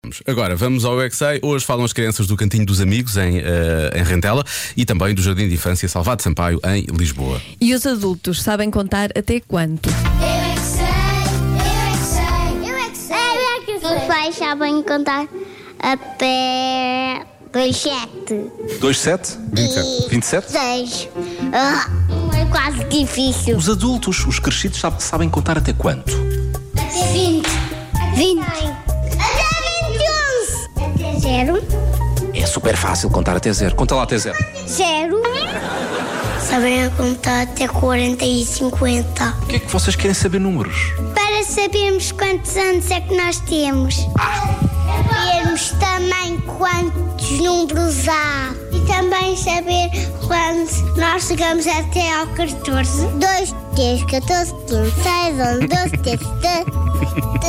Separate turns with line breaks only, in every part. voltamos. Agora, vamos ao UXA. Hoje falam as crianças do Cantinho dos Amigos, em, eh, em Rentela, e também do Jardim de Infância Salvado Sampaio, em Lisboa.
E os adultos sabem contar até quanto?
Eu é que sei, eu é que sei, eu é que sei, eu é que sei.
Os pais sabem contar até dois, sete
27? 27. 27?
seis. Ah, é quase difícil.
Os adultos, os crescidos, sab- sabem contar até quanto?
Até vinte. Vinte. Até vinte e onze. Até zero.
É super fácil contar até zero. Conta lá até zero.
Zero. Sabem contar até 40 e 50.
O que é que vocês querem saber números?
Para sabermos quantos anos é que nós temos. Sabermos também quantos números há. E também saber quando nós chegamos até ao 14. 2, 3, 14, 15, 6, 11, 12, 13, 14, 15, 4,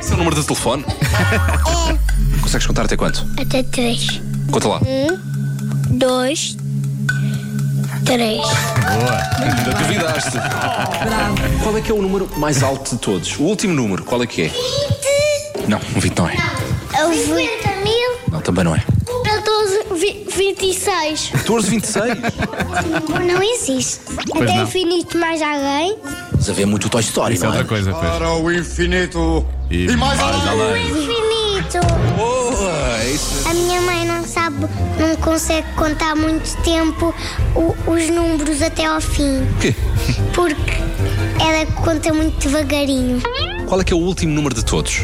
Esse é o número do telefone.
5.
Consegues contar até quanto?
É. Até 3.
Conta lá.
2, 3.
Ainda duvidaste. Qual é que é o número mais alto de todos? O último número, qual é que é? Não, o 20 não é.
Eu vi. 50 mil.
Não, também não é.
14, 26.
14, 26?
Não existe. Até infinito mais alguém.
Mas havia muito o Toy Story,
Isso é
não
outra
é?
coisa, pois.
Para o infinito
E
e, mais
mais
além.
Infinito.
Boa, é isso.
A minha mãe não sabe, não consegue contar muito tempo o- os números até ao fim.
quê?
Porque ela conta muito devagarinho.
Qual é que é o último número de todos?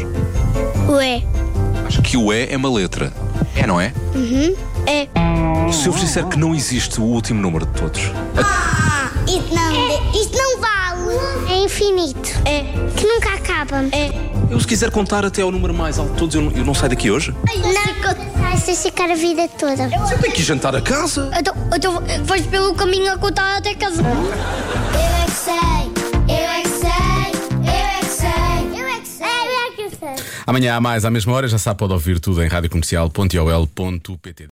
Ué.
Acho que o E é uma letra. É, não é?
É.
Se eu vos disser que não existe o último número de todos,
Isto não, isto não vale. É infinito. É. Que nunca acaba. É.
eu se quiser contar até ao número mais alto de todos, eu não, eu não saio daqui hoje.
Não. Vais ficar a vida toda.
Você tem que ir jantar a casa.
Então, então vais pelo caminho a contar até casa.
Eu é que sei, eu é que sei, eu é que sei, eu é que sei, eu é que sei.
Amanhã há mais à mesma hora, já sabe, pode ouvir tudo em radiocomercial.ol.pt.